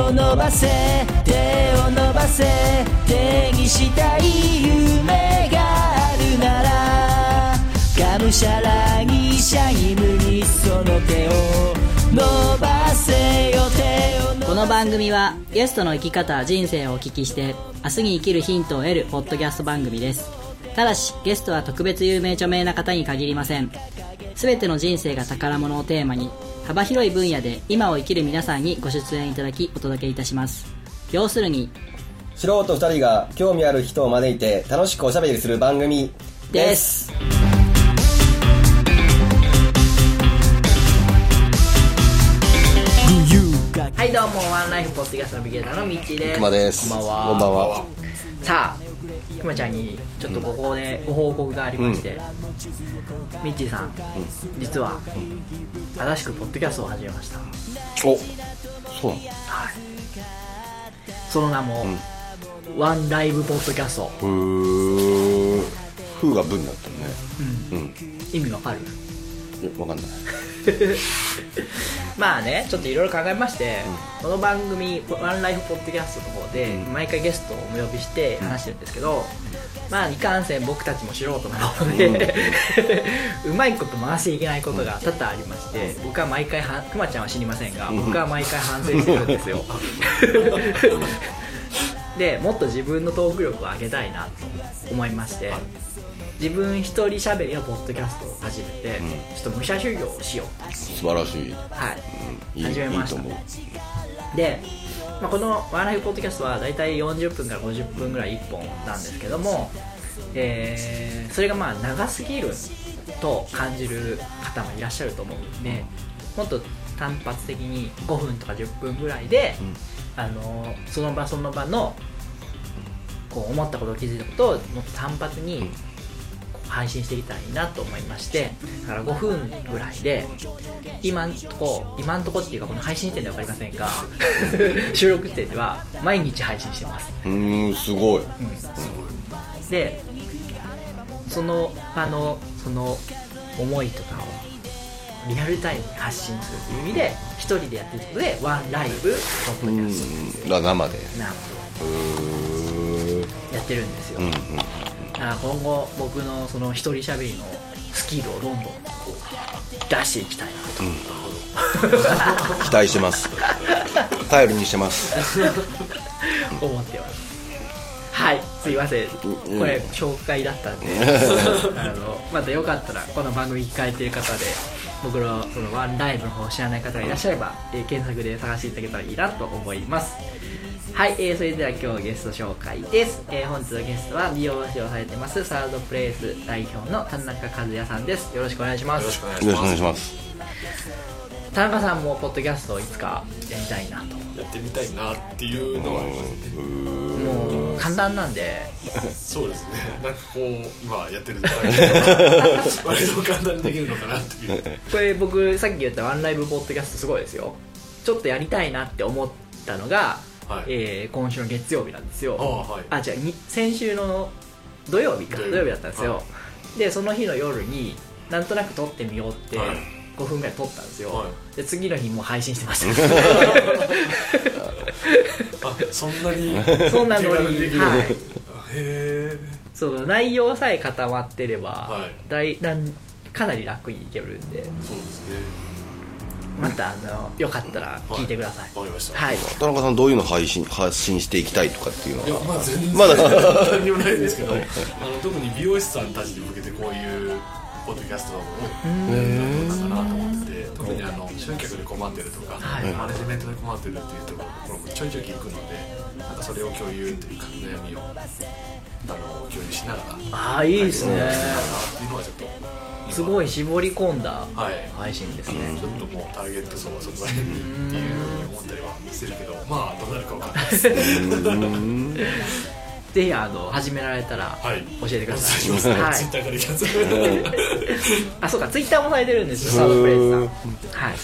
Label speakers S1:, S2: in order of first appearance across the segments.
S1: を伸ばせ手を伸ばせ手にしたい夢があるならがむしゃらにシャイムにその手を伸ばせよ手を伸ばせ
S2: この番組はゲストの生き方人生をお聞きして明日に生きるヒントを得るポッドキャスト番組ですただしゲストは特別有名著名な方に限りません全ての人生が宝物をテーマに幅広い分野で今を生きる皆さんにご出演いただきお届けいたします要するに
S3: 素人2人が興味ある人を招いて楽しくおしゃべりする番組
S2: ですはいどうもワンライフポッドキャストナビゲーターのみっちーです
S3: 熊です
S2: こんばんは
S3: こんばんは
S2: さあくまちゃんにちょっとここでご報告がありまして、ミッチーさん、実は、新しくポッドキャストを始めました
S3: おそう
S2: その名も、ワンライブポッドキャスト
S3: ふーふーが文だったね
S2: 意味わかる
S3: いやわかんない
S2: まあねちょっといろいろ考えまして、この番組「ワンライフポッドキャスト」の方で、毎回ゲストをお呼びして話してるんですけど、まあいかんせん僕たちも素人なので、 うまいこと回していけないことが多々ありまして僕は毎回はくまちゃんは知りませんが僕は毎回反省してるんですよでもっと自分のトーク力を上げたいなと思いまして自分一人喋りのポッドキャストを始めて、ちょっと武者修行をしようと
S3: 素晴らしい
S2: はい、
S3: いい
S2: 始めました
S3: いいと思う
S2: で、まあ、この「ワンライフポッドキャスト」は大体40分から50分ぐらい1本なんですけども、えーそれがまあ長すぎると感じる方もいらっしゃると思うんでもっと単発的に5分とか10分ぐらいで、あのその場その場のこう思ったこと気づいたことをもっと単発にこう配信していったらいいなと思いましてだから5分ぐらいで今んとこ今んとこっていうかこの配信時点では分かりませんが 収録時点では毎日配信してます
S3: うーんすごい
S2: でその場のその思いとかをリアルタイムに発信するという意味で一人でやってることでワンライブポッドキャス
S3: うんら生で
S2: トなん
S3: うーん
S2: てやってるんですよ、
S3: うんうん
S2: あー今後僕のその一人しゃべりのスキルをどんどんこう出していきたいなと、
S3: 期待してます頼りにしてます
S2: 思ってますはいすいませんこ
S3: うん
S2: れ紹介だったんで あのまたよかったらこの番組聞かれてる方で僕のそのワンライブの方を知らない方がいらっしゃれば、えー検索で探していただけたらいいなと思いますはい、えーそれでは今日ゲスト紹介です、えー本日のゲストは美容師をされてますサードプレイス代表の田中和也さんですよろしくお願いします
S3: よろしくお願いします
S2: 田中さんもポッドキャストをいつかやりたいなと
S4: やってみたいなっていうのはありますね、
S2: もう簡単なんで
S4: そうですねなんかこう今やってるだけ割と簡単にできるのかなっていう
S2: これ僕さっき言ったワンライブポッドキャストすごいですよちょっとやりたいなって思ったのが、
S4: はい
S2: えー今週の月曜日なんですよ
S4: ああはい
S2: あ違うに先週の土曜日か
S4: 土曜日
S2: 土曜日だったんですよ、
S4: は
S2: でその日の夜になんとなく撮ってみようって、
S4: はい
S2: 5分ぐらい撮ったんですよ、
S4: は
S2: で次の日もう配信してました
S4: あそんなに
S2: そんなノ
S4: 気軽
S2: リ
S4: にできる
S2: はい
S4: へえ
S2: その内容さえ固まってれば、
S4: はい
S2: だいなんかなり楽にいけるんで
S4: そうですね
S2: またあのよかったら聞いてください、
S4: わかりました
S2: はい
S3: 田中さんどういうの配信発信していきたいとかっていうの
S4: いや
S3: は
S4: まあ全然
S3: まだ
S4: 何にもないんですけどあの特に美容師さんたちに向けてこういうポッドキャストをやったのかなと思ってて特にあの集客で困ってるとか、
S2: はい
S4: マネジメントで困ってるっていうところもちょいちょい聞くのでなんかそれを共有というか悩みをあの共有しながら
S2: ああいいですね、
S4: っていうのはちょっと今
S2: すごい絞り込んだ
S4: はい
S2: 配信ですね、
S4: ちょっともうターゲット層はそこら辺にっていうふうに思ったりはしてるけどまあどうなるかわかんないです
S2: ぜひあの始められたら
S4: はい
S2: 教えてください、
S4: お伝えします
S2: はい
S4: ツイ ッターからいきます
S2: あそうかツイッターもされてるんですよサードプレイスさんはい、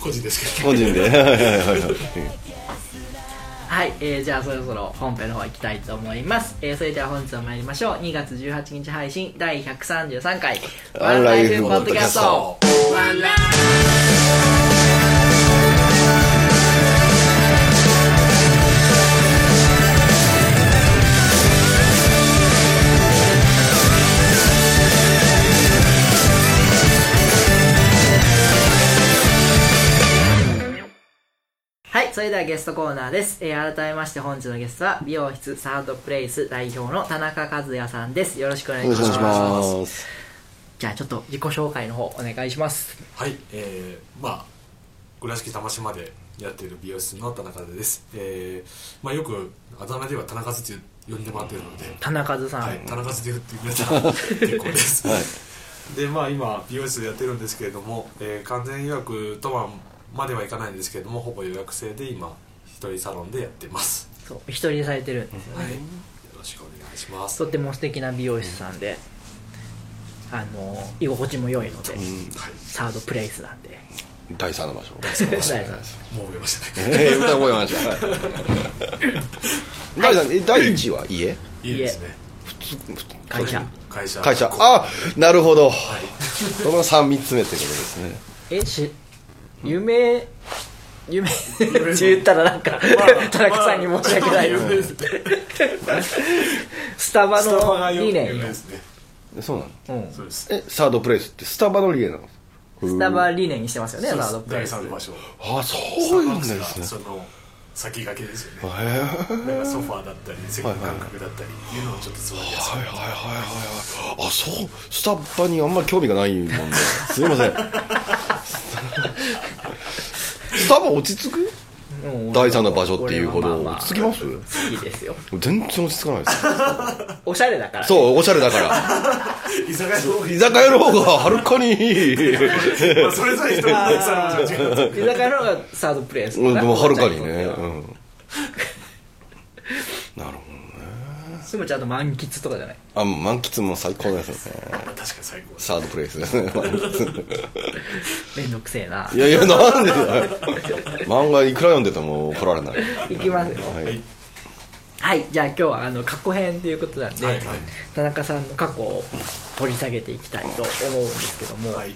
S4: 個人ですけど
S3: 個人ではいはいはいはい
S2: はいえーじゃあそろそろ本編の方行きたいと思います、えーそれでは本日も参りましょう2月18日配信第133回
S3: ワンライフポッドキャスト
S4: 「
S2: はい、それではゲストコーナーです。えー改めまして本日のゲストは、美容室サードプレイス代表の田中和也さんです。よろしくお願い
S3: よろ
S2: し
S3: しくお
S2: ます。
S3: 願いします。
S2: じゃあちょっと自己紹介の方お願いします。
S4: はい、えー、まあ倉敷玉島でやっている美容室の田中です、えーまあ、よくあだ名では田中津って呼んでもらってるので、
S2: 田中和さん。
S4: はい、田中津で言ってくれたら結構です、
S3: はい
S4: でまあ今美容室でやってるんですけれども、えー完全予約とはまではいかないんですけれどもほぼ予約制で今一人サロンでやってます、
S2: そう、一人でされてるんですよ
S4: はい、よろしくお願いします
S2: とても素敵な美容師さんで、あの居心地も良いので、
S4: はい
S2: サードプレイスなんで、
S3: 第三の場所。
S2: 第三
S4: もう覚えましたね
S3: ええ、歌声ました。第三、え第一位は家。
S4: いいですね
S2: 会社。
S4: 会社
S3: 会社。
S4: こ
S3: あ、なるほど。
S4: はい
S3: その三三つ目ってことですね。
S2: え、し、夢、夢って言ったらなんか、田中さんに申し訳ない
S4: まあ有名ですね
S2: スタバ
S4: スタバ
S2: の
S4: が有
S2: 2
S4: 名
S2: 年
S4: ですね
S3: そうなの。
S2: うん
S4: そうです
S3: え、サードプレイスってスタバの理由なの。
S2: スタバ理念にしてますよね、サードプレ
S4: 第
S2: イス。
S4: 三の場所
S3: あ、そうなんですね。
S4: その先駆けですよね
S3: へえはいはいはい
S4: なんかソファーだったり席の感覚だったりっていうのをちょっと座りやす
S3: はいはい。あ、そう、スタバにあんまり興味がないもんで。すいません。スタバ落ち着く。
S2: うん
S3: 第三の場所っていうほど
S2: まあまあ
S3: 落ち着きます
S2: 好きですよ。
S3: 全然落ち着かないです
S2: おしゃれだから。
S3: そうおしゃれだから
S4: い居酒屋の
S3: 居酒屋の方がはる かにいい
S4: まあそれぞれ人の大きさの違いが違う
S2: 居酒屋の方がサードプレイスか
S3: うん
S2: な。
S3: でもはるかにね
S2: 紅茶
S3: う
S2: にとっては
S3: んなるほ
S2: でもちゃんと満喫とかじゃない。
S3: どあ満喫も最高ですね
S4: 確かに最高
S3: サードプレイスで すね満喫
S2: めんどくせえな。
S3: いやいやなんでだよ漫画いくら読んでても怒られない
S2: いきますよ。
S3: はい
S2: はい、じゃあ今日はあの過去編ということなんで、
S4: はいはい
S2: 田中さんの過去を取り下げていきたいと思うんですけども、
S4: はい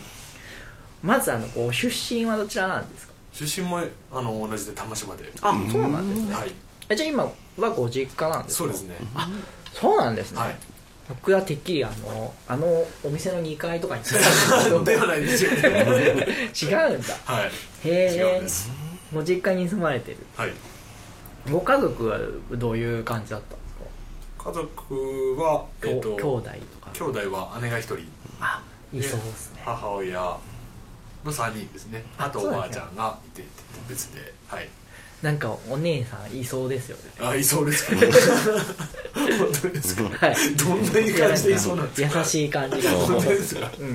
S2: まずあのこう出身はどちらなんですか
S4: 出身もあの同じで玉島で
S2: あ、そうなんですね
S4: はい
S2: えじゃあ今はご実家なんですか
S4: そうですね
S2: そうなんですね、
S4: はい
S2: 僕はてっきりあのあのお店の2階とかに住んでたん
S4: で
S2: で
S4: はないですよね
S2: すけど違うんだ
S4: はい
S2: へ
S4: 違うん
S2: え
S4: です
S2: ご実家に住まれてる
S4: はい
S2: ご家族はどういう感じだったんですか、
S4: 家族は
S2: きょ
S4: えっと
S2: 兄弟とか
S4: 兄弟は姉が一人
S2: あいそうで
S4: で
S2: すね
S4: 母親の3人ですねあと
S2: そう
S4: お
S2: なん
S4: ば
S2: です
S4: あち
S2: ね
S4: ゃんがいて別で はい
S2: なんかお姉さんいそうですよね
S4: あいそうです か本当ですか
S2: はい
S4: どんなに感じでいそうなんですか
S2: 優しい感じが
S4: 本当ですか
S2: うん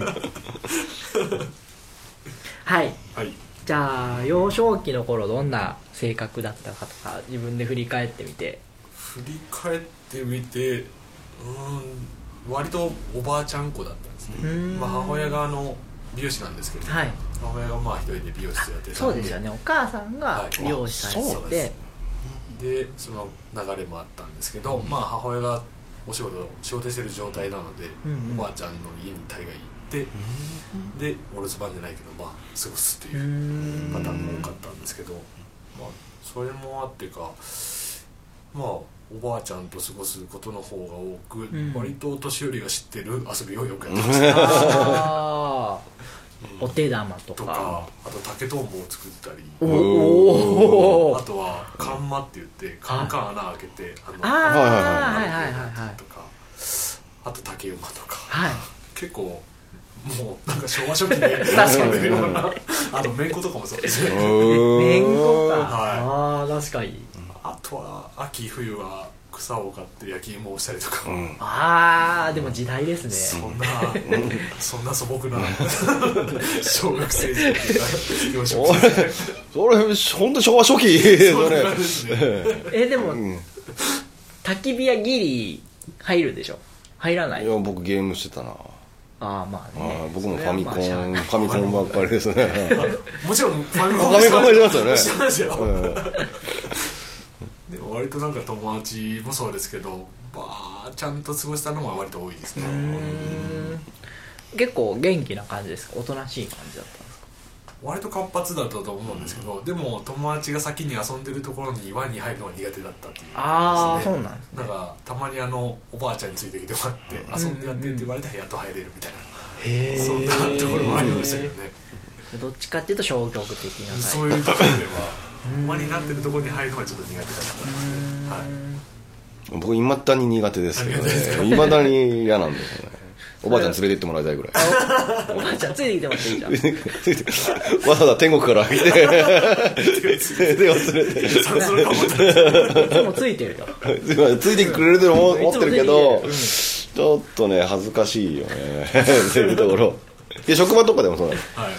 S2: はい
S4: はい
S2: じゃあ幼少期の頃どんな性格だったかとか自分で振り返ってみて
S4: 振り返ってみてうーん割とおばあちゃん子だったんですね
S2: うーん
S4: まあ、母親があの美容師なんですけど、
S2: はい
S4: 母親がまあ一人で美容室やってたんで
S2: そうですよねお母さんが
S4: はい
S2: 美容師さんや
S4: そ
S2: って
S4: うで
S2: て
S4: でその流れもあったんですけど、まあ母親がお仕事仕事してる状態なので、
S2: うんうん
S4: おばあちゃんの家に大概行って、でお留守番じゃないけどまあ過ごすって
S2: うー
S4: いうんパターンも多かったんですけど、まあそれもあってかまあおばあちゃんと過ごすことの方が多く、
S2: ん
S4: 割とお年寄りが知ってる遊びをよくやってました、
S2: あーお手玉と
S4: と
S2: か
S4: かあと竹とんぼを作ったり
S2: お
S3: お
S4: あ
S2: お
S4: とはカンマって言ってカンカン穴開けてあの
S2: ああ
S3: は
S2: はいはいはいはい
S4: とかあと竹馬とか
S2: はい
S4: 結構もうなんか昭和初期で
S2: 確か
S3: に
S4: あとめんことかもそうです
S3: う
S4: ね
S3: ーん
S2: 年後か
S4: はい
S2: ああ確かに
S4: あとは秋冬は草を買って焼き芋をしたりとか、
S3: うん
S2: ああでも時代ですね
S4: そんなそんな素朴な小学生時代とか幼少
S3: おい
S4: 期
S3: それ本当昭和初期それ
S4: ですね
S2: えでも、
S3: ん
S2: 焚き火はギリ入るでしょ入らない
S3: いや僕ゲームしてたな
S2: ああまあ
S3: あ
S2: ね
S3: 僕も
S2: そ
S3: フ
S2: れは
S3: ァミ
S2: ま
S3: コ
S2: あ
S3: ン、
S2: しゃあない
S3: ファミコンばっか りですね。
S4: もちろんファミ
S3: ファミコンもしてますよね
S4: してますよ、
S3: うん
S4: でも割となんか友達もそうですけどばあちゃんと過ごしたのも割と多いですね
S2: 結構元気な感じですかおとなしい感じだったんですか
S4: 割と活発だったと思うんですけどでも友達が先に遊んでるところに岩に入るのが苦手だったっていう
S2: ああ
S4: です
S2: そ
S4: ね
S2: うなんです
S4: なんかたまにあのおばあちゃんについてきてもらって遊んでやってって言われたらやっと入れるみたい
S2: へ
S4: なそんなところもありましたけどね
S2: どっちかっていうと消極的なタイプ
S4: そういうところでは輪になってるところに入るのはちょっと苦手だったので、はい、
S3: 僕いまだに苦手ですけど
S4: 苦手ですか
S3: ねいまだに嫌なんですよねおばあちゃん連れて行ってもらいたいぐら
S2: おばあちゃんついてきてもらっていい じゃん
S3: いわざわざ天国から来て手を連れて
S4: そうそれかも
S2: いつもついてるよ
S3: 今ついてくれると思思ってるけ
S2: いつ
S3: ど
S2: も
S3: ちょっとね恥ずかしいよね そういうところで職場とかでもそうなの
S4: はい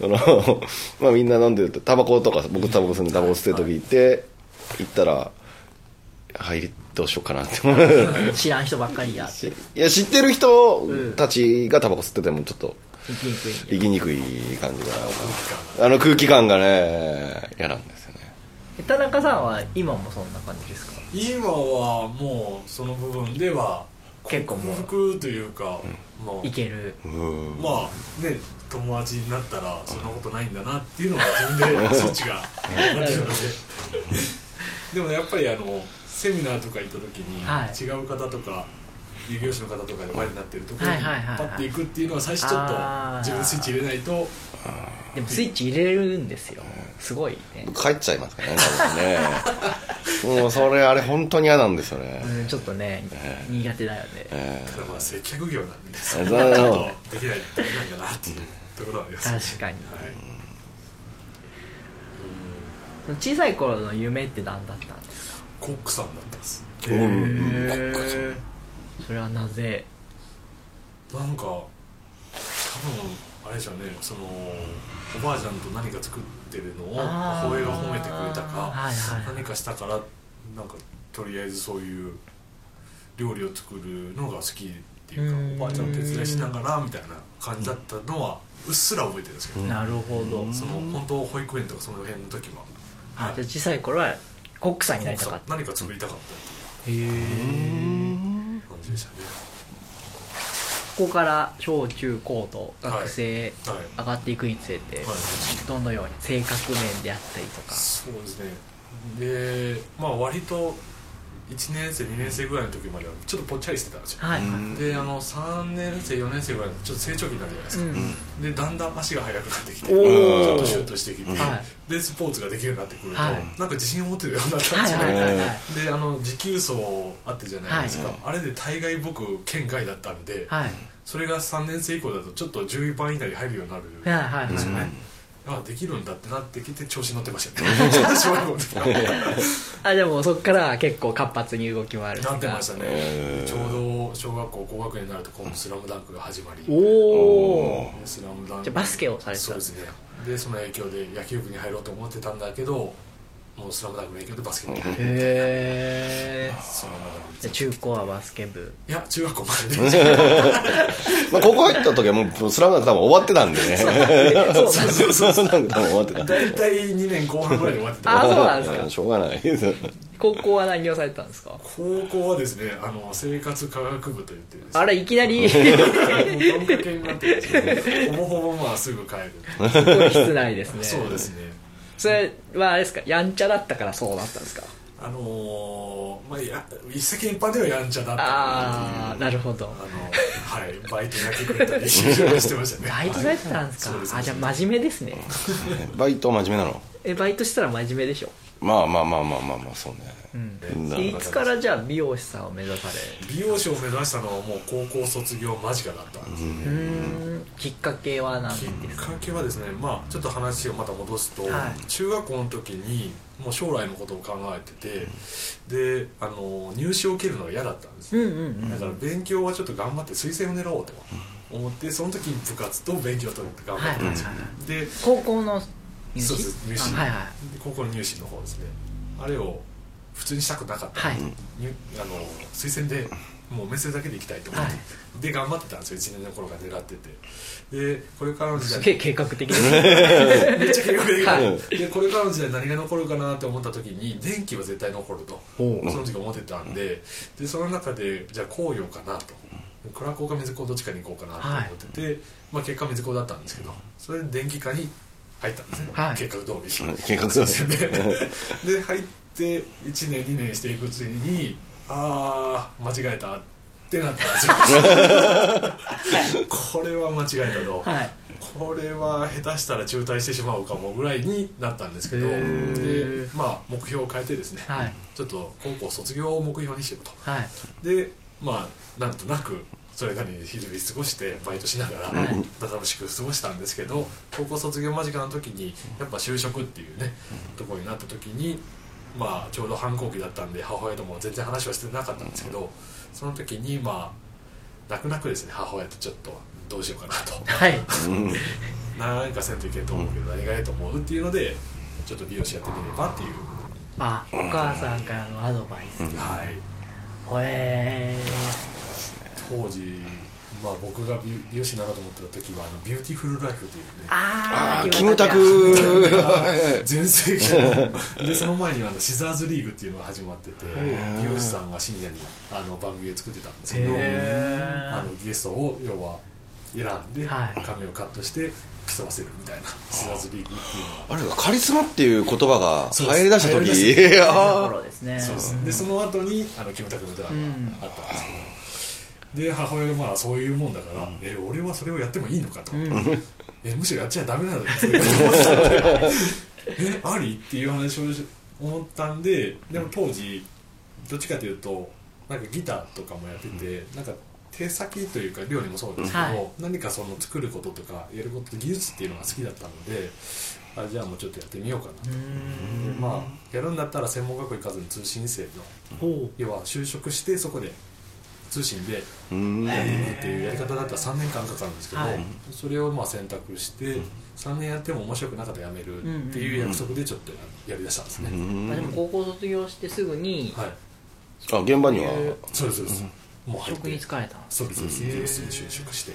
S3: そのまあみんな飲んでるとタバコとか僕タバコ吸うんでタバコ吸ってる時行って行ったら入りどうしようかなって思う
S2: 知らん人ばっかりやって
S3: いや知ってる人
S2: ん
S3: たちがタバコ吸っててもちょっと
S2: 生きにくいんや
S3: 行きにくい感じがあの空気感がね嫌なんですよね
S2: 田中さんは今もそんな感じですか
S4: 今はもうその部分では
S2: 結構もう
S4: 克服というか、もう
S2: いける
S3: うん
S4: まあね友達になったらそんなことないんだなっていうのは自分でそっちがなってるのででもやっぱりあのセミナーとか行った時に、
S2: はい
S4: 違う方とか有業者の方とかで前になってるところ
S2: は
S4: に
S2: いはいはいはい
S4: 立っていくっていうのは最初ちょっと
S2: あー
S4: 自分スイッチ入れないと
S2: でもスイッチ入れるんですよすごいね
S3: 帰っちゃいますからね多分ね もうそれあれ本当に嫌なんですよね
S2: うんちょっとね苦手だよね
S3: え
S4: ただまあ接客業なんで
S3: え
S4: そ
S3: そうう
S4: ちょっ
S3: なの
S4: とできないといけないんだなっていうところはありますね
S2: 確かに
S4: はい
S2: 小さい頃の夢って何だったんですか
S4: コックさんだったんです
S3: うん
S2: へーそれはなぜ
S4: なんか多分あれじゃねそのおばあちゃんと何か作ってるのを
S2: あー
S4: 母親が褒めてくれたか、
S2: はいはい
S4: 何かしたからなんかとりあえずそういう料理を作るのが好きっていうか
S2: うん
S4: おばあちゃんの手伝いしながらみたいな感じだったのはうっすら覚えてるんですけど、
S2: なるほど
S4: その本当保育園とかその辺の時は、
S2: あじゃあ小さい頃はコックさんになりたかった
S4: 何か作りたかったって
S2: へえ
S4: いう感じでしたね。
S2: ここから小中高と学生
S4: はいはい
S2: 上がっていくにつれて
S4: はい
S2: どのように性格面であったりとか
S4: そうですねでまあ割と1年生2年生ぐらいの時まではちょっとぽっちゃりしてたんですよ、
S2: はいはい
S4: であの3年生4年生ぐらいのちょっと成長期になるじゃないです
S2: う
S4: か、
S2: ん
S4: でだんだん足が速くなってきてち
S2: おー
S4: ょっとシュッとしてきて、
S2: は
S4: でスポーツができるようになってくると、
S2: はい
S4: なんか自信を持てるようになったん
S2: はい
S4: ですよね、
S2: はいはいはい
S4: であの持久走あってじゃないですか、
S2: はい
S4: あれで大概僕県外だったんで、
S2: はい
S4: それが3年生以降だとちょっと10位番以内に入るようになる
S2: はいはいはい
S4: ですよね、あできるんだってなってきて調子乗ってました ね小学校の時から
S2: あでもそっから結構活発に動き回る
S4: なってましたね、
S3: えー
S4: ちょうど小学校高学年になると今度「スラムダンクが始まり
S2: おお
S4: 「スラムダンク
S2: じゃあバスケをされてた
S4: そうですねでその影響で野球部に入ろうと思ってたんだけどもう「スラムダンクの影響でバスケに入る
S2: へえ
S4: そのまま
S2: じゃあ中高はバスケ部
S4: いや中学校まで で
S3: まあ、ここ入った時はもう「スラムダンク多分終わってたんでね 「スラムダンク多分終わってたんで
S4: 大体2年後半ぐらいで終わって
S2: あ
S4: た
S2: そうなんですか
S3: いやしょうがない です
S2: 高校は何をされてたんですか
S4: 高校はですねあの生活科学部と言ってるんです
S2: あれいきな り
S4: もう文化系になってるんですけどほぼほぼまあすぐ帰る
S2: 室内ですね
S4: そうですね
S2: それはあれですかやんちゃだったからそうだったんですか
S4: あのーまあや一石一般ではやんちゃだった
S2: ああなるほど
S4: あのはいバイトやってくれたりいろいろしてましたね
S2: バイトされてたんですか、
S4: はいそうです
S2: あじゃあ真面目ですね
S3: バイト真面目なの
S2: えバイトしたら真面目でしょ、
S3: まあまあまあまあまあまあそうね、
S2: うん、いつからじゃあ美容師さんを目指され
S4: 美容師を目指したのはもう高校卒業間近だったんですよね、
S2: うーんきっかけは何
S4: きっ
S2: ですか
S4: かけはですねまあちょっと話をまた戻すと、
S2: はい
S4: 中学校の時にもう将来のことを考えててであの入試を受けるのが嫌だったんです
S2: う
S4: よ
S2: んうんうん
S4: だから勉強はちょっと頑張って推薦を狙おうと思ってその時に部活と勉強と頑張
S2: は
S4: っ
S2: い
S4: て
S2: はい
S4: たん
S2: はい
S4: ですよ、で
S2: 高校の入試
S4: そうです入試
S2: あはいはい
S4: 高校の入試の方ですねあれを普通にしたくなかった、
S2: はい
S4: にあの推薦でもう面接だけで行きたいと思って、
S2: はい
S4: で頑張ってたんですよ1年の頃から狙っててでこれからの時
S2: す
S4: 代
S2: げえ計画 的ですね
S4: めっちゃ計画的だ
S2: は
S4: でこれからの時代何が残るかなって思った時に電気は絶対残るとそ
S2: ほ
S4: の時思ってたんででその中でじゃあ紅葉かなと倉高か水高どっちかに行こうかなと思ってて、まあ、結果水高だったんですけどそれで電気科に入ったんですね、
S2: はい
S4: 計画通り
S3: うん計画通り
S4: でで入って1年2年していくうちにああ間違えたってなったんですよこれは間違えたと、
S2: はい
S4: これは下手したら中退してしまうかもぐらいになったんですけど
S2: へー
S4: で、まあ、目標を変えてですね、
S2: はい
S4: ちょっと高校卒業を目標にしようと
S2: はい
S4: でまあなんとなくそれなりに日々過ごしてバイトしながら
S2: はい
S4: 楽しく過ごしたんですけど高校卒業間近の時にやっぱ就職っていうねところになった時にまあちょうど反抗期だったんで母親とも全然話はしてなかったんですけどその時にまあ泣く泣くですね母親とちょっとどうしようかな と
S2: はい
S4: 何かせんといけんと思うけど何がええと思うっていうのでちょっと美容師やってみればっていう
S2: あお母さんからのアドバイス
S4: はい
S2: ほえ
S4: 当時まあ僕が美美容師になろうと思ってた時はあのビューティフルライフというね
S2: あ
S3: あ
S2: あ
S3: ーキムタク
S4: 全盛期 のでその前にあのシザーズリーグっていうのが始まってて美容師さんが深夜にあの番組を作ってたんですけど
S2: へー
S4: あのゲストを要は選んで
S2: はい
S4: 髪をカットして競わせるみたいなシザーズリーグっていう
S3: あれだカリスマっていう言葉が
S4: そうです
S3: 流行り出した
S4: 流行
S3: 時
S4: り
S3: い
S4: 出
S3: や
S2: とこ
S3: ー
S2: ろですね
S4: のがそうですでその後にあのキムタクのドラマがあったんですけどで母親がまあそういうもんだから、え俺はそれをやってもいいのかと、えむしろやっちゃダメな のよって思ったのでえありっていう話を思ったんででも当時どっちかというとなんかギターとかもやってて、なんか手先というか料理もそうですけど、
S2: はい
S4: 何かその作ることとかやること技術っていうのが好きだったのであじゃあもうちょっとやってみようかな
S2: う
S4: と、
S2: ん
S4: まあやるんだったら専門学校行かずに通信制の
S2: ほ
S4: 要は就職してそこで通信で
S3: うーん
S4: やっていくっていうやり方だったら3年間かかるんですけど、
S2: はい
S4: それをまあ選択して3年やっても面白くなかったらやめるっていう約束でちょっとやりだしたんですね、
S3: う
S2: う
S3: ー
S2: まあでも
S3: ん
S2: 高校卒業してすぐに
S4: はい
S3: あ現場に
S2: こういう
S3: は
S4: そうですそうです、もう入って
S2: 職に就かれたんです
S4: そうですそうです美容室に就職して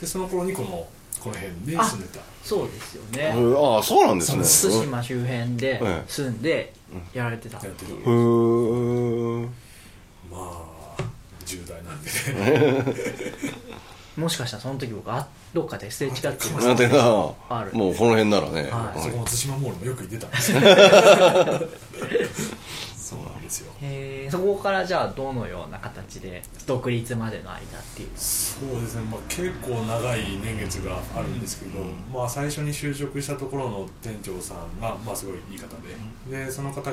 S4: でその頃にこのこの辺で
S2: あ
S4: 住んでた
S2: そうですよね
S3: えーああそうなんです
S2: 津
S3: ね
S2: 島周辺で
S3: ええ
S2: 住んでやられてたって
S4: やって
S2: い
S4: る
S2: う
S3: うーん
S4: まあ10代なんで
S2: もしかしたらその時僕あどっかですれ違って
S4: あ
S2: ます
S3: なんてなも
S2: ある
S3: うこの辺ならね
S2: はい
S4: そこの対馬モールもよく行ってたんですよそうなんですよ
S2: えーそこからじゃあどのような形で独立までの間っていう
S4: そうですね、まあ、結構長い年月があるんですけど、まあ、最初に就職したところの店長さんが、まあ、すごいいい方ででその方が、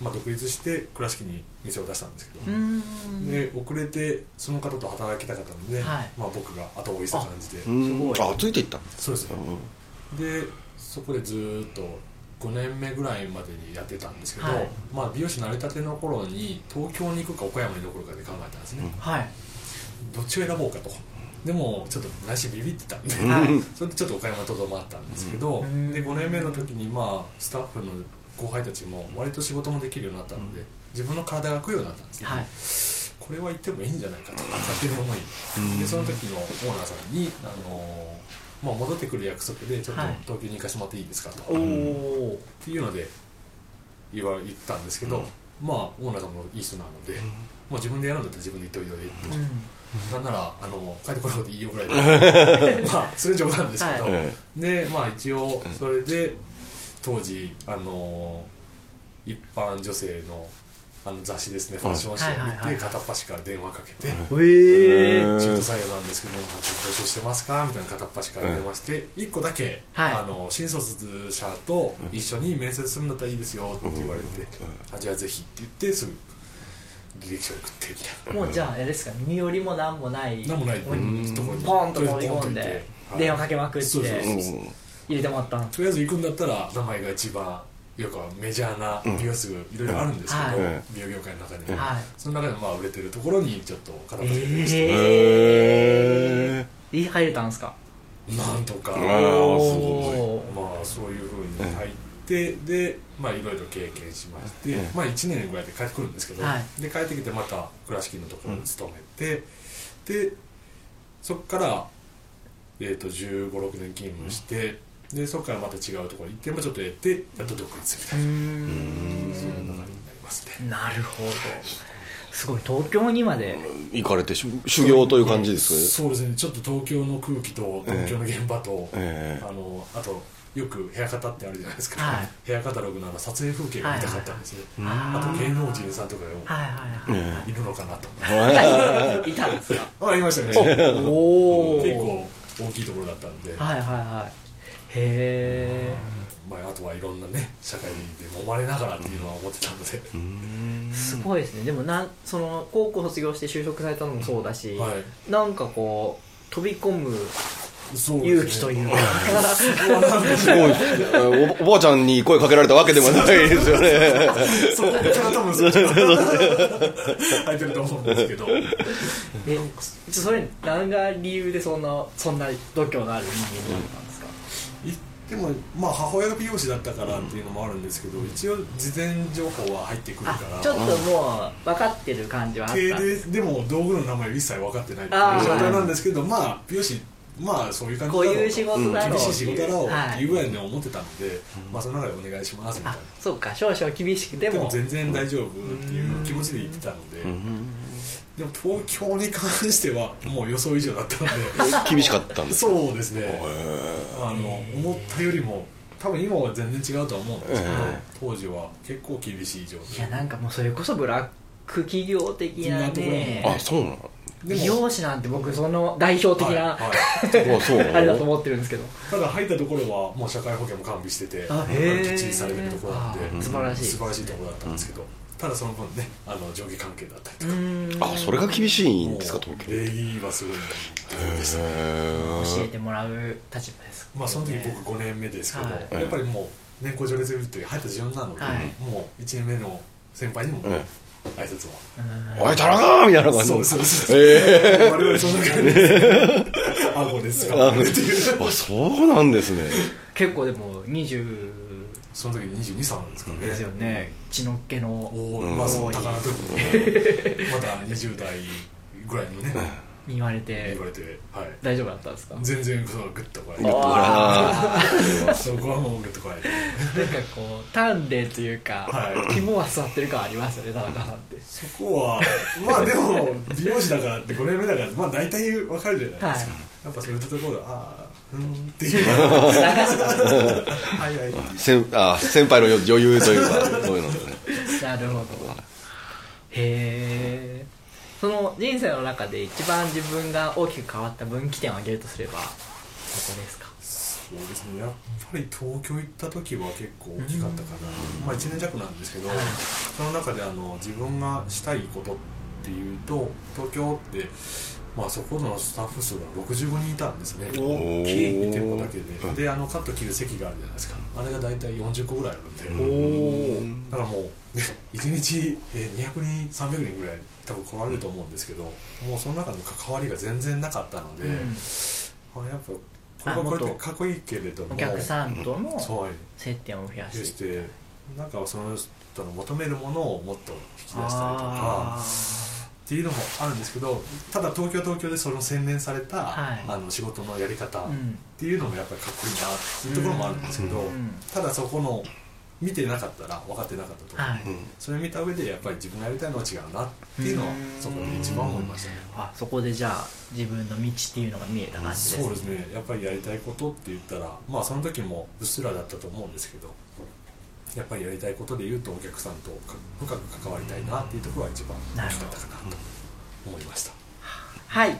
S4: まあ、独立して倉敷に店を出したんですけど、
S2: うーん
S4: で遅れてその方と働きたかったので、
S2: はい
S4: まあ、僕が後追いした感じで
S3: うーん
S2: すごい
S3: あついていった
S4: そうですね
S3: うん
S4: でそこでずーっと5年目ぐらいまでにやってたんですけど、
S2: はい
S4: まあ、美容師慣れたての頃に東京に行くか岡山に残るかで考えたんですね、
S2: はい
S4: どっちを選ぼうかとでもちょっと内心ビビってたんで、
S2: はい
S4: それでちょっと岡山とどまったんですけど、
S2: うん
S4: で5年目の時にまあスタッフの後輩たちも割と仕事もできるようになったので、自分の体が空くようになったんですね、
S2: はい
S4: これは行ってもいいんじゃないかと勝手に思い、でその時のオーナーさんに、あのーまあ、戻ってくる約束でちょっと
S2: はい
S4: 東京に行かしてもらっていいですかと、
S2: お
S4: っ
S2: お
S4: ていうので言わ言ったんですけど、まあオーナーさんもいい人なので、もう自分でやるんだったら自分で行っておいてと。なんならあの帰ってこなくていいよぐらい でまあそれ冗談ですけど、
S3: ええ
S4: でまあ一応それで当時あの一般女性のあの雑誌ですねファッション誌を
S2: はいはい
S4: 見
S2: はい
S4: て片っ端から電話かけて
S2: ええ
S4: 「中途採用なんですけど募集してますか?」みたいな片っ端から電話して1個だけ、
S2: はい
S4: あの新卒者と一緒に面接するんだったらいいですよって言われて「あじゃあぜひ」って言ってすぐ履歴書送ってみたいな。
S2: もうじゃああれですか身寄りもなんもない
S4: なんもないところに
S2: ポンと放り込ん
S4: ポ
S2: で
S4: ンと行ってはい
S2: 電話かけまくって
S4: そうそうそう
S2: 入れてもらったの
S4: とりあえず行くんだったら名前が一番よくはメジャーな美容室いろいろあるんですけど、
S2: うん
S3: はい
S4: 美容業界の中にも、
S2: はい
S4: その中でもまあ売れてるところにちょっと片付けてまして、
S2: え
S3: へ
S2: えいい入れたんですか
S4: なんとか、
S3: あ
S4: ま
S3: ーす
S2: おー
S4: あそういうふうに入って、でまあいろいろ経験しまして、
S3: うん
S4: まあ1年ぐらいで帰ってくるんですけど、
S2: はい
S4: で帰ってきてまた倉敷のところに勤めて、でそこから、えー、と1 5 6年勤務して、でそこからまた違うところに行ってもちょっとやってやっと独立みたいな。そういう流れになりますね。
S2: なるほどすごい東京にまで
S3: 行かれてし修行という感じです
S4: そうですね。ちょっと東京の空気と東京の現場と、
S3: ええ
S4: あのあとよくヘアカタってあるじゃないですか、
S2: はい
S4: ヘアカタログのあの撮影風景が見たかったんですよ、
S2: いはい
S4: あと芸能人さんとかが
S2: はいはいはい
S4: いるのかなと、
S2: はい いたんですか
S4: あいましたね
S2: おお
S4: 結構大きいところだったんで、
S2: はいはいはいへ
S4: まあ、あとはいろんなね社会で揉まれながらっていうのは思ってたので、
S2: えすごいですねでもなんその高校卒業して就職されたのもそうだし、
S4: は
S2: なんかこう飛び込む
S4: そうですね
S2: 勇気と いうか、
S3: すごいおおばあちゃんに声かけられたわけでもないですよね
S4: そこから多分そっちが入ってると思うんですけど
S2: えちょそれ何が理由でそんなそんな度胸のある人間になったんですか、
S4: いでもまあ母親が美容師だったからっていうのもあるんですけど、一応事前情報は入ってくるか
S2: あ
S4: ら
S2: ちょっともう分かってる感じはあった
S4: 系ででも道具の名前は一切分かってないってい
S2: あー
S4: う状態なんですけどまあ美容師まあそういう感じ
S2: こ
S4: だ
S2: う
S4: ろう
S2: いう仕事だろう
S4: 厳
S2: って
S4: し
S2: う
S4: い仕事だろうっ
S2: は
S4: ていう
S2: い、
S4: ぐらいには思ってたので、まあその中でお願いしますみたい
S2: あ
S4: な
S2: そうか少々厳しくて
S4: でも
S2: も
S4: 全然大丈夫っていう気持ちで言ってたので、でも東京に関してはもう予想以上だったの
S3: 厳しかったん
S4: で
S3: です
S4: そうですねあの思ったよりも多分今は全然違うとは思うんですけど、当時は結構厳しい状
S2: いやなんかもうそれこそブラック企業的な
S4: そんなところ
S2: ね
S3: あそうなの
S2: 美
S4: 態でも
S2: 容師なんて僕その代表的な、
S4: はいはい
S3: あそうなの
S2: あれだと思ってるんですけど
S4: ただ入ったところはもう社会保険も完備してて
S2: あへー
S4: きっちりされてるところなん
S2: あ
S4: で
S2: 素晴らしい
S4: 素晴らしいところだったんですけど、ただその分ねあの上下関係だったりと
S2: う
S4: か、
S2: ーん
S3: あそれが厳しいんですか
S4: もう
S3: 東京
S4: 礼儀はすごいでしたね
S2: 教えてもらう立場です
S4: まあその時僕5年目ですけど、
S2: はい
S4: やっぱりもう年功序列ルートに入った順なので、
S2: はい
S4: もう1年目の先輩にも
S3: ん
S4: 挨拶を、
S3: 「おい田中!」みたいな感じ
S4: そうそうそう、
S3: ええ
S4: 我々そんな感じですあごですかっていう
S3: あそうなんですね
S2: 結構でも20
S4: その時22歳ですかね
S2: ですよね血のっけの
S4: おまず
S2: うん
S4: 高菜とにまだ20代ぐらいのね
S2: に言われ
S4: 言
S2: て
S4: われて、はい、
S2: 大丈夫だったんですかなんか
S4: 全然そのグッとこら
S3: グッとこ
S2: あ
S4: れてそこはもうグッとこられて
S2: こう鍛錬というか、
S4: はい
S2: 肝は座ってる感ありますよね田中さんって
S4: そこはまあでも美容師だからって5年目だからまあ大体わかるじゃないですか、
S2: はい
S4: やっぱそういったところでああうーんっ ていうはいはい
S3: 先あ先輩の余余裕というかそういうのでね
S2: なるほどへえその人生の中で一番自分が大きく変わった分岐点を挙げるとすればどこですか
S4: そうですねやっぱり東京行った時は結構大きかったかな、まあ1年弱なんですけど、その中であの自分がしたいことっていうと東京ってまあそこのスタッフ数が65人いたんですね
S3: おー
S4: 見てるだけでであのカット切る席があるじゃないですかあれが大体40個ぐらいあるんで、だからもう、ね、1日、えー200人、300人ぐらい、多分来られると思うんですけど、もうその中の関わりが全然なかったので、
S2: うん
S4: あやっぱ、これはこれ
S2: あも
S4: で
S2: っと
S4: かっこいいけれども、
S2: お客さんとの
S4: そう
S2: 接点を増や
S4: で
S2: し
S4: してて、なんかその人の求めるものをもっと引き出したり
S2: あ
S4: とか。っていうのもあるんですけどただ東京は東京でその洗練された、
S2: はい
S4: あの仕事のやり方っ
S2: ーうん
S4: ていうのもやっぱりかっこいいなっていうところもあるんですけど、
S2: うん
S4: ただそこの見てなかったら分かってなかったと思う、
S2: はい
S4: それ見た上でやっぱり自分がやりたいのは違うなっていうのは
S2: うん
S4: そこで一番思いましたね
S2: あそこでじゃあ自分の道っていうのが見えた感じです
S4: そうですねやっぱりやりたいことって言ったらまあその時もうっすらだったと思うんですけどやっぱりやりたいことで言うとお客さんとか深く関わりたいなっていうところが一番大きかったかなと思いました
S2: はい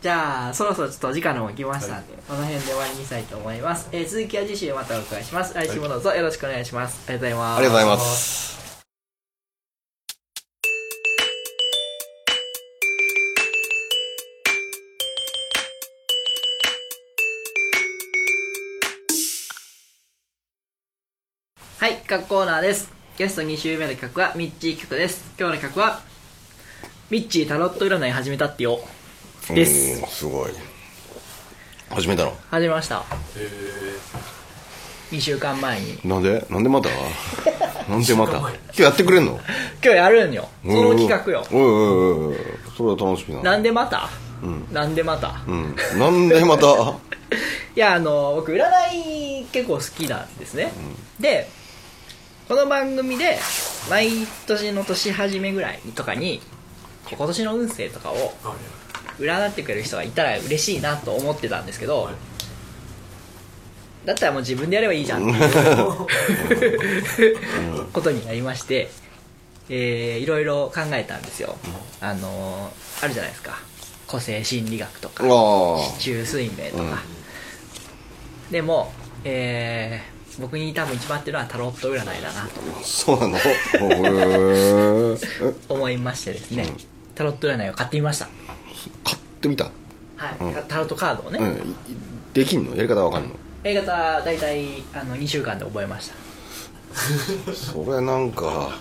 S2: じゃあそろそろちょっとお時間の方が来ましたんで、この辺で終わりにしたいと思います、えー続きは次週またお伺いします来週もどうぞよろしくお願いします、ありがとうございます
S3: ありがとうございます
S2: はい、各コーナーです。ゲスト2週目の企画はミッチー企画です。今日の企画は、ミッチータロット占い始めたってよ。です
S3: うんすごい始めたの
S2: 始めました。
S4: へえ
S2: 2週間前に。
S3: なんでなんでま たなんでまた今日やってくれんの
S2: 今日やるんよ。その企画よ。
S3: うんうんうんうんそれは楽しみだ
S2: なんでまた、なんでまた、
S3: うんなん でまた
S2: いや、あの、僕、占い結構好きなんですね。で、この番組で、毎年の年始めぐらいとかに、こう今年の運勢とかを占ってくれる人がいたら嬉しいなと思ってたんですけど、だったらもう自分でやればいいじゃんっていう ことになりまして、えーいろいろ考えたんですよあのーあるじゃないですか個性心理学とか
S3: あ
S2: 中水明とか、でも、えー僕に多分一番合ってるのはタロット占いだなと
S3: あそう なのへえ
S2: 思いましてですね、タロット占いを買ってみました、
S3: 買ってみた
S2: はいタタロットカードをね、
S3: うんいできんのやり方わかんの
S2: A 型大体あの2週間で覚えました
S3: それなんか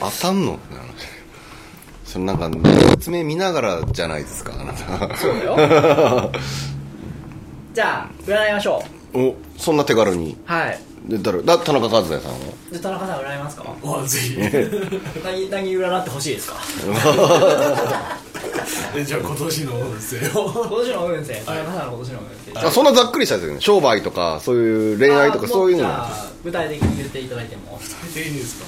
S3: 当たんのなんかそれなんか説明見ながらじゃないですかあなた
S2: そうだよじゃあ占いましょ
S3: おそんな手軽に
S2: うはい
S3: で誰だ田中和也さんを
S2: じゃあ田中さん占いますか
S4: あぜひ
S2: 何何占ってほしい ですか
S4: えじゃあ今年の運 勢
S2: 今
S4: を
S2: 年の運勢田中さんの今年の運勢
S3: あそんなざっくりしたやつよね商売とかそういう恋愛とかそういうの
S2: じゃあ具体的に言っていただいても
S4: いいですか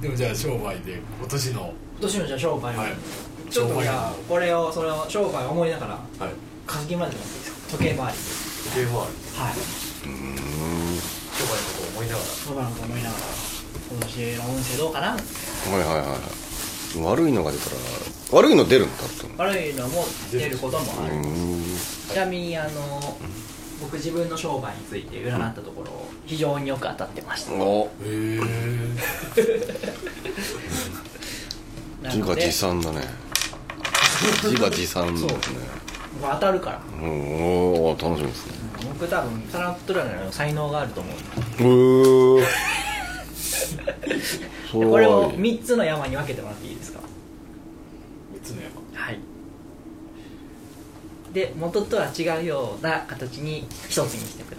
S4: えーでもじゃあ商売で今年の
S2: 今年のじゃあ商売を、
S4: はい
S2: ちょっと
S4: 商売
S2: じゃあこれをそれを商売を思いながら
S4: はい
S2: 書き混ぜてもらっていいですか時計回り
S4: ゲームある
S2: はい
S4: 商売のことを思いながら
S2: 商売のこと思いながら今年の運勢どうかな
S3: はいはいはい悪いのが出たら悪いの出るんだって
S2: 悪いのも出ることもあるちなみにあの僕自分の商売について占ったところ非常によく当たってました
S3: お
S4: へえ
S2: な
S3: 自
S2: の
S3: 画
S2: で
S3: 自賛だね自画自賛ですね
S2: 僕当たるから
S3: うんおー楽しみですね
S2: 僕多分タラット占いの才能があると思う
S3: へーそ
S2: で
S3: れ
S2: これを
S3: は
S2: 3つの山に分けてもらっていいですか
S4: 3つの山
S2: はいで元とは違うような形に一つにしてくだ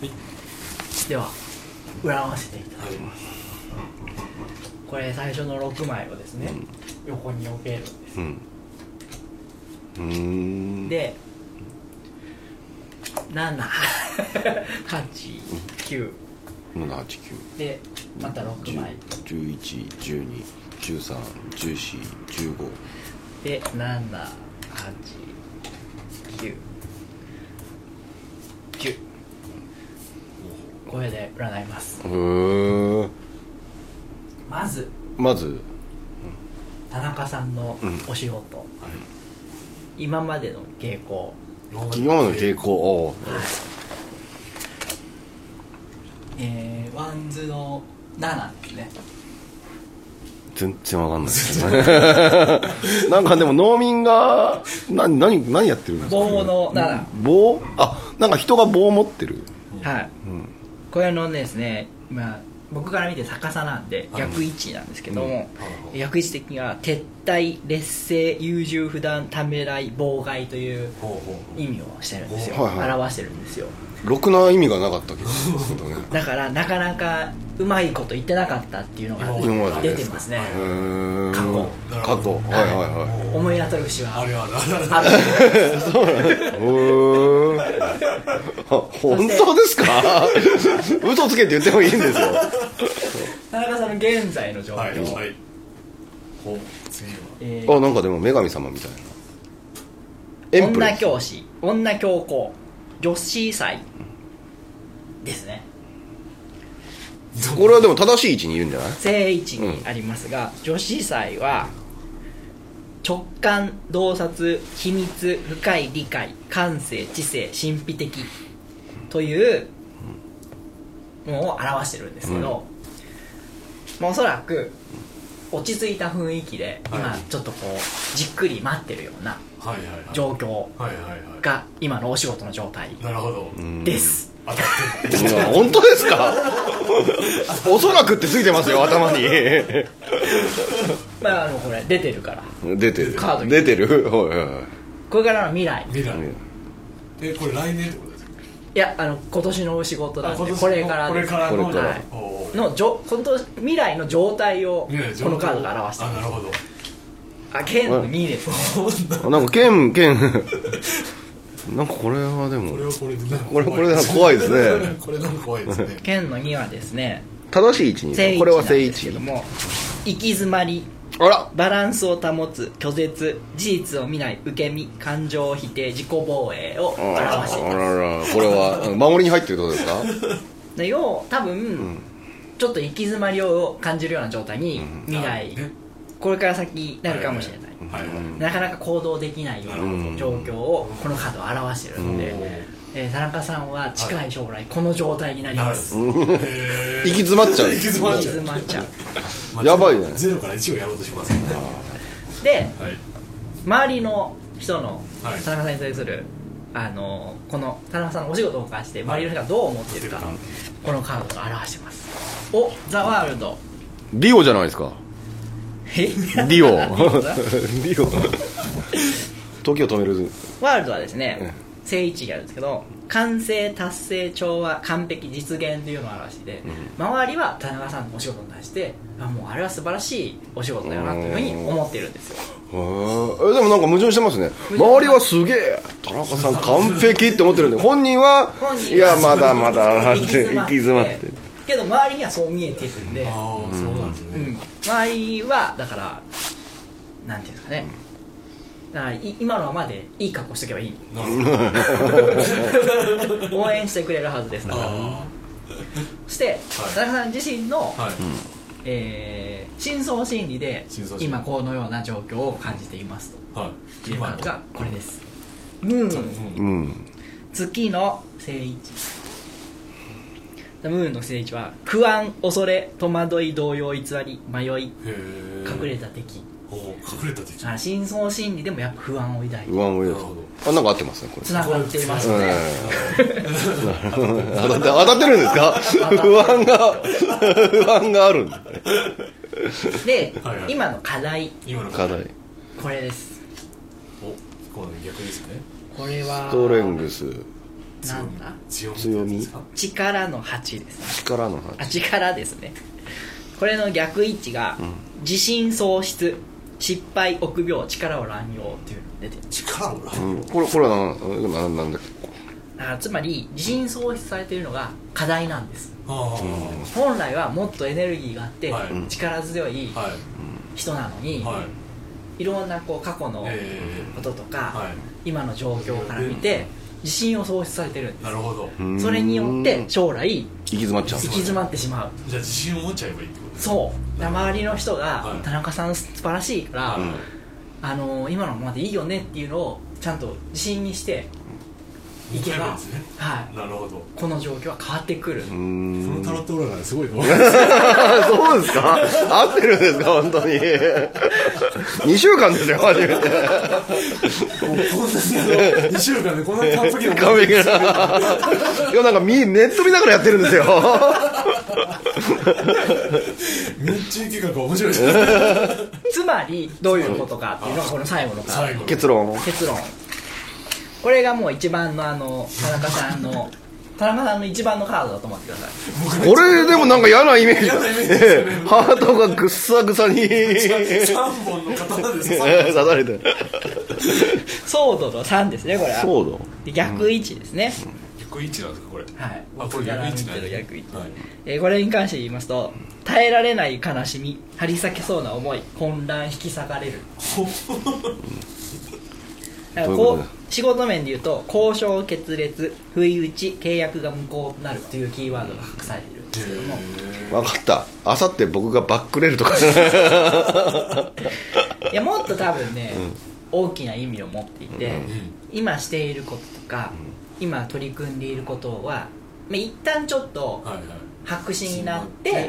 S2: さい、
S4: は
S2: では占わせていただきますこれ最初の6枚をですね、横に置けるんです
S3: うんうーん
S2: で789
S3: 789
S2: でまた6枚
S3: 1112131415
S2: で78910これで占います
S3: へー
S2: まず
S3: まず
S2: 田中さんの
S3: うん
S2: お仕事、今までの傾向
S3: 今までの傾向おー
S2: えー、ワンズの7ですね
S3: 全然わかんないですね なんかでも農民がな何何やってるんですか
S2: 棒の7、
S3: 棒あなんか人が棒持ってる
S2: はい、これのですね、まあ、僕から見て逆さなんで逆位置なんですけども、逆位置的には撤退劣勢優柔不断ためらい妨害という
S4: ほうほう
S2: 意味をしてるんですよ、
S3: はいはい
S2: 表してるんですよ
S3: ろくな意味がなかったけどそうだね
S2: だからなかなかうまいこと言ってなかったっていうの
S3: 今
S2: が
S3: ま
S2: 出
S3: でで
S2: て
S3: す
S2: ますね
S3: へー
S2: 過去
S3: 過去はいはいはい
S2: 思い当たる節は
S4: あ
S2: ある
S4: れあれあれ
S2: ある
S3: うーんあ本当で すか嘘つけって言ってもいいんですよ
S2: 田中さんの現在の状況、
S4: はいはいほう次は
S2: えー
S3: あなんかでも女神様みたいなエンプレ
S2: 女
S3: ス
S2: 教師女教皇女子祭ですね
S3: これはでも正しい位置にいるんじゃない
S2: 正位置にありますが、女子祭は直感洞察秘密深い理解感性知性神秘的というものを表してるんですけど、まあおそらく落ち着いた雰囲気で今
S4: はい
S2: ちょっとこうじっくり待ってるような
S4: はいはいはい
S2: 状況
S4: はいはいは
S2: が今のお仕事の状態
S4: いなるほど
S2: です、
S4: 当たってる
S3: いや 本当ですかおそらくってついてますよ頭に
S2: まああのこれ出てるから
S3: 出てる
S2: カードに
S3: 出てるはいはいはい
S2: これからの未来
S4: 未来
S3: うん
S4: えこれ来年ってことですか
S2: いやあの今年のお仕事なん
S4: あ今
S2: で
S4: 年
S2: これから
S4: こ
S2: で
S4: れ
S2: す
S4: から
S3: こ
S4: の
S3: れから
S4: はいおー
S2: のじょ今年未来の状態を
S4: 未来の状況
S2: このカードが表して
S4: あな
S2: ま
S4: る
S2: す
S4: ほど
S2: あ剣の2です
S3: あなんか剣剣 なんかこれはでも
S4: これはこれでなんか
S3: これこれなんか怖いですね
S4: これなんか怖いですね
S2: 剣の2はですね
S3: 正しい位置にい
S2: 正
S3: る
S2: 位
S3: これは
S2: 置なん
S3: 正位
S2: ですけ
S3: 置
S2: ども行き詰まり
S3: あら
S2: バランスを保つ拒絶事実を見ない受け身感情を否定自己防衛を
S3: あら
S2: 表してい
S3: あ
S2: ま
S3: ららこれはうん守りに入ってるってことですか
S2: すで要は多分、ちょっと行き詰まりを感じるような状態に未来、
S4: ね
S2: これから先なるかもしれない、
S4: はいはい
S2: なかなか行動できないような状況をこのカードは表してるので、えー田中さんは近い将来この状態になり
S4: な
S2: ま
S4: る
S2: す、
S4: へ
S3: 行
S4: ー
S3: き詰まっちゃう
S4: 行き詰
S2: 行
S4: まっ
S2: き
S4: ちゃう
S2: 詰まっちゃう
S4: まあ
S3: やばいね
S4: ゼロから1をやろうとしますね
S2: で
S4: はい
S2: 周りの人の
S4: はい
S2: 田中さんに対する、あのこの田中さんのお仕事を関して周りの人がどう思ってるか、
S4: はい
S2: このカードが表してますおザワールド
S3: リオじゃないですか
S2: え
S3: リオ リ
S2: だ
S3: オ時を止める
S2: ワールドはですね正位置があるんですけど完成達成調和完璧実現っていうのを表してて、周りは田中さんのお仕事に対してあもうあれは素晴らしいお仕事だよなっていうふうに思ってるんですよ
S3: へーえでもなんか矛盾してますね周りはすげえ田中さん完璧って思ってるんで本人は
S2: 本人はい
S3: やまだまだな
S2: 行
S3: ん
S2: き
S3: て行き詰
S2: 詰ま
S3: ま
S2: っ
S3: ってて
S2: けど周りにはそう見えてるんで、
S4: ああそうなんです
S2: う
S4: ね
S2: ん、周りはだからなんていうんですかねだからい今のままでいい格好しとけばいい
S4: なるほど
S2: 応援してくれるはずですだから
S4: あ
S2: そして、
S4: はい
S2: 田中さん自身の、
S4: あはい
S2: えー深層心理で
S4: 深層心理
S2: 今このような状況を感じています
S4: はい
S2: というカ
S4: 今
S2: ー
S4: の
S2: ドがこれですムーン
S3: うん
S2: 月の正位置ムーンの正位置は不安恐れ戸惑い動揺偽り迷い
S4: へえ
S2: 隠れた敵
S4: おお隠れた敵
S2: あ深層心理でもやっぱ不安を抱いて
S3: うわもういい
S4: なるほ
S3: あなんか合ってますねこれ
S2: つながっています
S3: うん
S2: ね、
S3: 当たって当たってるんですか不安が不安があるんだね
S2: で、
S4: はいはい
S2: 今の課題
S4: 今の
S3: 課題
S2: これです
S4: おこう逆ですね
S2: これは
S3: ストレングス
S2: なんだ
S4: 強み
S3: 強み
S4: ですか
S2: 力の8ですね
S3: 力の
S2: あ
S3: 話
S2: 力ですねこれの逆位置が、自信喪失失敗臆病力を乱用っていうのが出てる
S4: 力を
S3: う
S4: 乱
S3: んこれこれはなんでもなんなんだっ
S2: だからつまり自信喪失されているのが課題なんです
S4: あ
S2: 本来はもっとエネルギーがあって、
S4: はい
S2: 力強い
S4: あは
S2: 人なの
S4: い
S2: に、
S4: はい
S2: い、ろんなこう過去の
S4: え
S2: こととか、
S4: えは
S2: 今の状況から見て自信を喪失されてるん
S4: い
S2: で
S4: なるほど
S3: け
S2: すそれによっ
S3: うん
S2: て
S3: 行
S2: 将来
S3: き詰まっちゃう
S2: 行き詰まってしまう
S4: じゃあ自信を持っちゃえばいいってことです
S2: そう周りの人
S4: は
S2: が
S4: い
S2: 「田中さん素晴らしいから、
S4: うん
S2: あのー今のままでいいよね」っていうのをちゃんと自信にしていけば、
S4: 持っちゃえばいいんですね
S2: はい、
S4: なるほど
S2: この状況は変わってくる、
S3: う
S4: そ
S3: ん
S4: のタロット占いすごいの
S3: あそうですか 合ってるんですか本当に2週間ですよ初めて
S4: こんな2週間でこんなに完璧な
S3: 完璧ないやなんかみネット見ながらやってるんですよ
S4: 日中計画面白いじゃない
S2: つまりどういうことかっていうのがこの最後のカー
S4: 最後
S3: 結
S2: ド
S3: 論
S2: 結論これがもう一番のあの田中さん の田中さんの一番のカードだと思ってください
S3: これでもなんか嫌なイメージ
S4: 嫌なイメージですよね
S3: ええハートがぐっさぐさに刺
S4: 3本の刀です
S3: されてる
S2: ソードの3ですねこれは
S3: そうだ
S2: で逆位置ですね、
S4: 逆位置なんですかこれ
S2: はい
S4: あこれ逆位置なんですね
S2: 逆位置
S4: はい
S2: えーこれに関して言いますと耐えられない悲しみ張り裂けそうな思い混乱引き裂か れるだから
S3: どういう
S2: こ
S3: こと
S2: う仕事面で言うと交渉決裂不意打ち契約が無効になるというキーワードが隠されているんですけども
S3: 分かったあさって僕がバックレるとか
S2: いやもっと多分ね、大きな意味を持っていて、今していることとか、今取り組んでいることは、まあ、一旦ちょっと
S4: はいはい
S2: 白紙になって、
S4: うん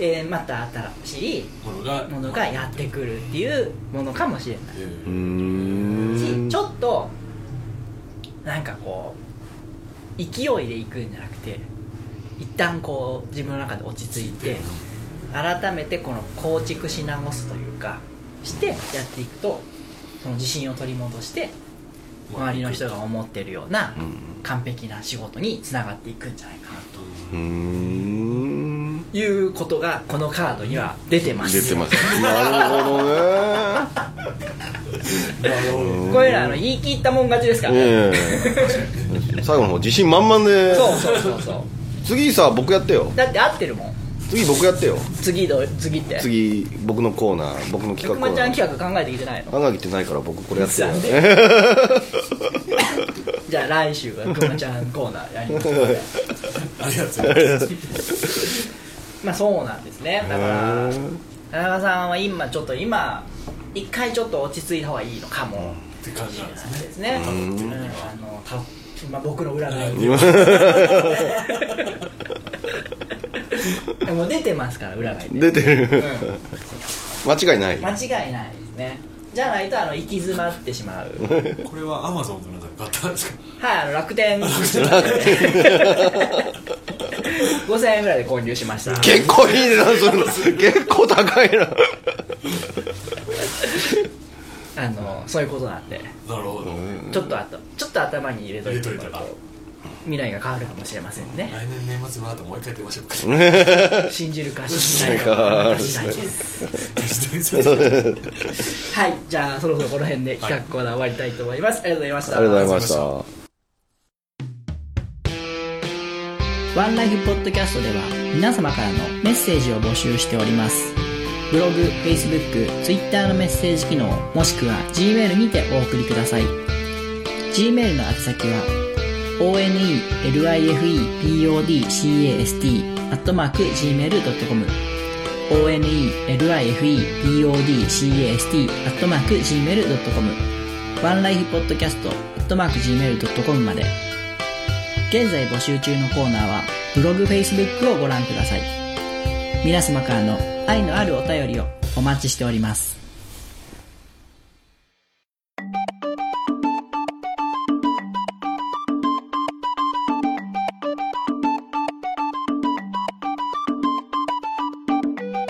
S2: えーまた新しい
S4: ものが
S2: ものがやってくるっていうものかもしれない
S4: え
S3: うー
S4: ー
S3: ん
S2: しちょっとなんかこう勢いで行くんじゃなくて一旦こう自分の中で落ち着いて改めてこの構築し直すというかしてやっていくとその自信を取り戻して周りの人が思ってるような完璧な仕事につながっていくんじゃないかな
S3: うーん
S2: ということがこのカードには出てます
S3: 出てますなるほどね
S4: なるほど
S2: これらあの言い切ったもん勝ちですから、ね
S3: ええ最後の方自信満々で
S2: そうそうそうそう
S3: 次さ僕やってよ
S2: だって合ってるもん
S3: 次僕やってよ
S2: 次どう次って
S3: 次僕のコーナー僕の企
S2: 百
S3: 画
S2: 万
S3: コー
S2: ちゃ
S3: ナ
S2: ん
S3: ー
S2: 企画考えてきてないの
S3: あがきってないから僕これやってよ
S2: なんで じゃあ来週は百万ちゃんコーナーやりますの で
S4: ありがとうございます
S2: まあそうなんですねだから田中さんは今ちょっと今一回ちょっと落ち着いた方がいいのかも
S4: って感じなんですね
S2: ですねうんあのたまあ僕の占いに
S3: 今
S2: で も出てますから占いで
S3: 出てる間違いない
S2: 間違いないですねじゃないとあの行き詰まってしまう
S4: これはアマゾンかなんかで買ったんですか
S2: はいあの楽天5000円ぐらいで購入しました
S3: 結構いい値段するの 結構高いな
S2: あのそういうことなんで
S4: なるほど、
S2: ちょっとあとちょっと頭に入れといて
S4: 入れといたら
S2: 未来が変わるかもしれませんね
S4: 来年年末またもう一回出ましょうか
S2: 信じるか信じないかは次第ですはいじゃあそろそろこの辺で企画コーナー終わりたいと思います、ありがとうございました
S3: ありがとうございました
S2: ワンライフポッドキャストでは皆様からのメッセージを募集しております。ブログ、Facebook、Twitter のメッセージ機能、もしくは Gmail にてお送りください。Gmail の宛先は、onelifepodcast アットマーク gmail.com onelifepodcast アットマーク gmail.com ワンライフポッドキャストアットマーク gmail.com まで現在募集中のコーナーはブログ Facebook をご覧ください皆様からの愛のあるお便りをお待ちしております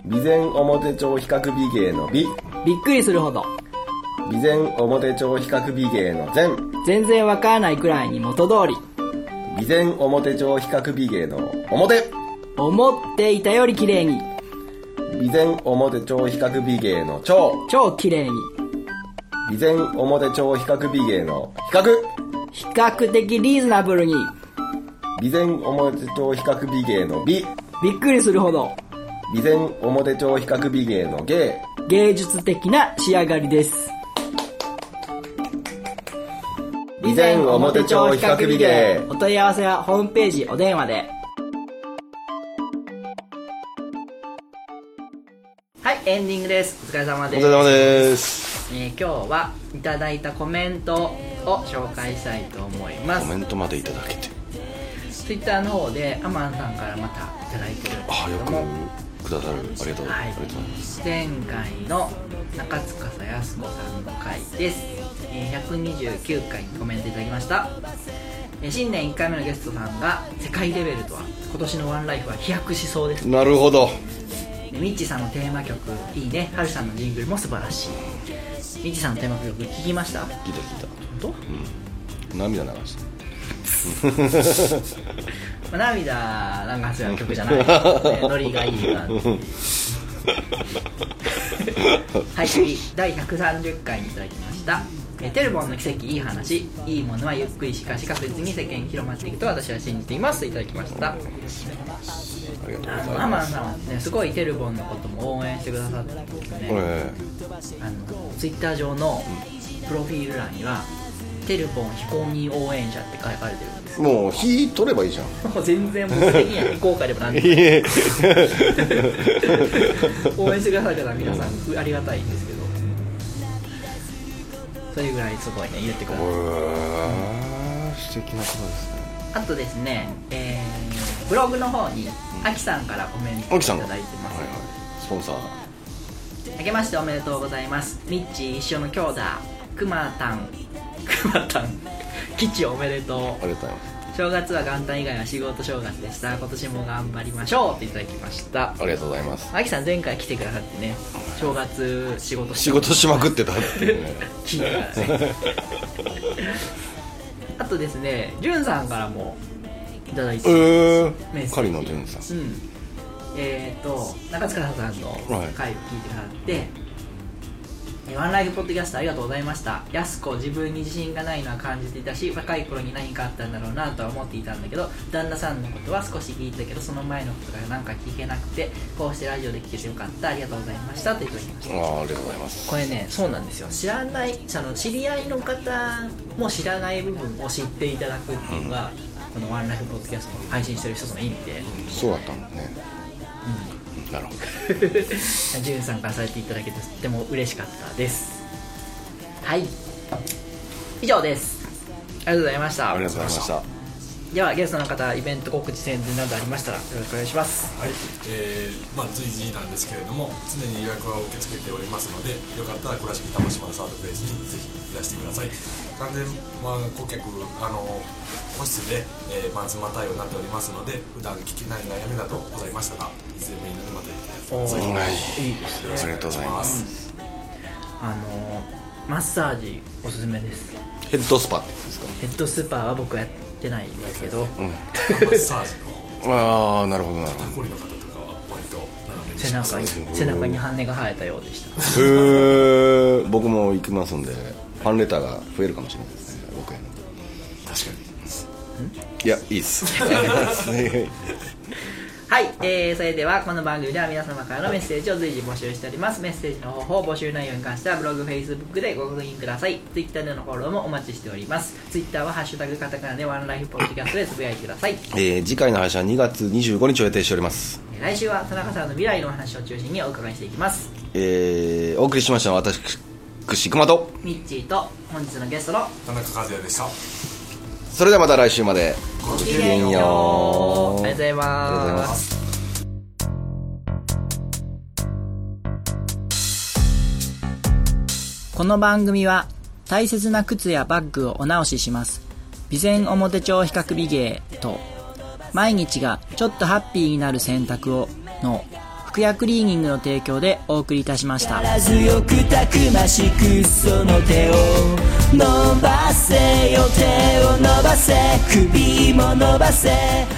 S3: 備前表帳比較美芸の美
S2: びっくりするほど
S3: 備前表帳比較美芸の善
S2: 全然わからないくらいに元通り
S3: 備前表帳比較美芸の表
S2: 思っていたより綺麗に
S3: 備前表帳比較美芸の超
S2: 超綺麗に
S3: 備前表帳比較美芸の比較
S2: 比較的リーズナブルに
S3: 備前表帳比較美芸の美
S2: びっくりするほど
S3: 備前表帳比較美芸の芸
S2: 芸術的な仕上がりです
S3: 備前表帳比較美芸
S2: お問い合わせはホームページお電話ではいエンディングですお疲れ様です
S3: 様です
S2: えー今日はいただいたコメントを紹介したいと思いま
S3: コ
S2: す
S3: メントまでいただけて
S2: ツイッターの方でアマンさんからまたいただいてるんです
S3: あ
S2: け
S3: よ
S2: ど
S3: く
S2: も
S3: くださるありがとう、
S2: はい
S3: ありがとうございます
S2: 前回の中塚さやす子さんの回ですえー129回にコメントいただきましたえー新年1回目のゲストさんが世界レベルとは今年のワンライフは飛躍しそうです
S3: なるほど
S2: でミッチーさんのテーマ曲いいねハルさんのジングルも素晴らしいミッチーさんのテーマ曲聞きました
S3: 聞いた聞い
S2: どう
S3: た涙流した
S2: まあ、涙流すような曲じゃない、ね、ノリがいいなはい次第130回にいただきましたえーテルボンの奇跡いい話いいものはゆっくりしかし確実に世間に広まっていくと私は信じていますといただきました
S3: ありがとうご
S2: あ
S3: ざい
S2: のアマンさんはねすごいテルボンのことも応援してくださってるんですよね、
S3: え
S2: あのツイッター上のプロフィール欄には「テルボン非公認応援者」って書かれてるんです
S3: えもう火取ればいいじゃん
S2: もう全然僕的には非公開でもなんでもない
S3: え
S2: 応援してくださる方は皆さんありがたいんですけどそれぐらいすごいね言ってください
S3: 素敵な方ですね
S2: あとですね、えーブログの方にあきさんからコメント
S3: 青
S2: い
S3: 木さ
S2: た
S3: んが
S2: だいてます、
S3: はいはいスポンサー
S2: あけましておめでとうございますミッチー一緒の兄弟くまたんくまたん 吉おめでと
S3: ありがとうございます
S2: う正月は元旦以外は仕事正月でした今年も頑張りましょうっていただきました
S3: ありがとうございます
S2: あきさん前回来てくださってね正月仕事
S3: 仕事しまくってたっていうね
S2: 聞いたからね あとですねじゅんさんからもいただいて う
S3: え
S2: メッセー
S3: え
S2: ジ
S3: 狩野純さん
S2: んえっ、と中塚さんの
S3: はい
S2: 回を聞いてくださって、ワンライフポッドキャストありがとうございました。やすこ、自分に自信がないのは感じていたし、若い頃に何かあったんだろうなとは思っていたんだけど、旦那さんのことは少し聞いたけど、その前のことがなんか聞けなくて、こうしてラジオで聞けてよかった、ありがとうございました、というふうに言いました。
S3: あありがとうございます
S2: これねそうなんですよ知らないあの知り合いの方も知らない部分を知っていただくっていうのが、この「ワンライフポッドキャスト」を配信してる一つの意味で
S3: そうだったんだね、なるほど
S2: ジュンさんからされていただけてとっても嬉しかったですはい以上ですありがとうございました
S3: ありがとうございました
S2: ではゲストの方イベント告知宣伝などありましたらよろしくお願いします
S4: はい、えーまあ、随時なんですけれども常に予約は受け付けておりますのでよかったら倉敷玉島のサードプレイスにぜひいらしてください完全まあ顧客あの個室で、えーマンスマ対応になっておりますので普段聞けない悩みなどございましたらいつでもいいのでまた言ってください
S2: おー
S3: はい
S2: いいですね
S3: ありがとうございます
S2: あのーマッサージおすすめです
S3: ヘッドスパってやつですか
S2: ヘッドスーパーは僕はやってないんですけど、
S4: マッサージの
S3: ああなるほどなるほ
S4: 残りの方とかは割と斜めに
S2: 背中に背中に羽が生えたようでした
S3: どへえ僕も行きますんでファンレターが増えるかもしれないですね僕への
S4: 確かに
S3: いやいいっすはい
S2: はい、えー、それではこの番組では皆様からのメッセージを随時募集しておりますメッセージの方法募集内容に関してはブログ Facebook でご確認ください Twitter でのフォローもお待ちしております Twitter は「ハッシュタグカタカナ」でワンライフポッドキャストでつぶやいてください
S3: えー次回の配信は2月25日を予定しております
S2: えー来週は田中さんの未来のお話を中心にお伺いしていきます
S3: えーお送りしましたのは私熊と
S2: ミッチーと本日のゲストの
S4: 田中和也でした
S3: それではまた来週まで
S4: ご
S2: きげんようありがとうござい
S3: ありがとうござい
S2: ま
S3: ますす
S2: この番組は大切な靴やバッグをお直しします備前表町比較美芸と毎日がちょっとハッピーになる選択をの服薬クリーニングの提供でお送りいたしました
S1: 力強くたくましくその手を伸ばせよ手を伸ばせ首も伸ばせ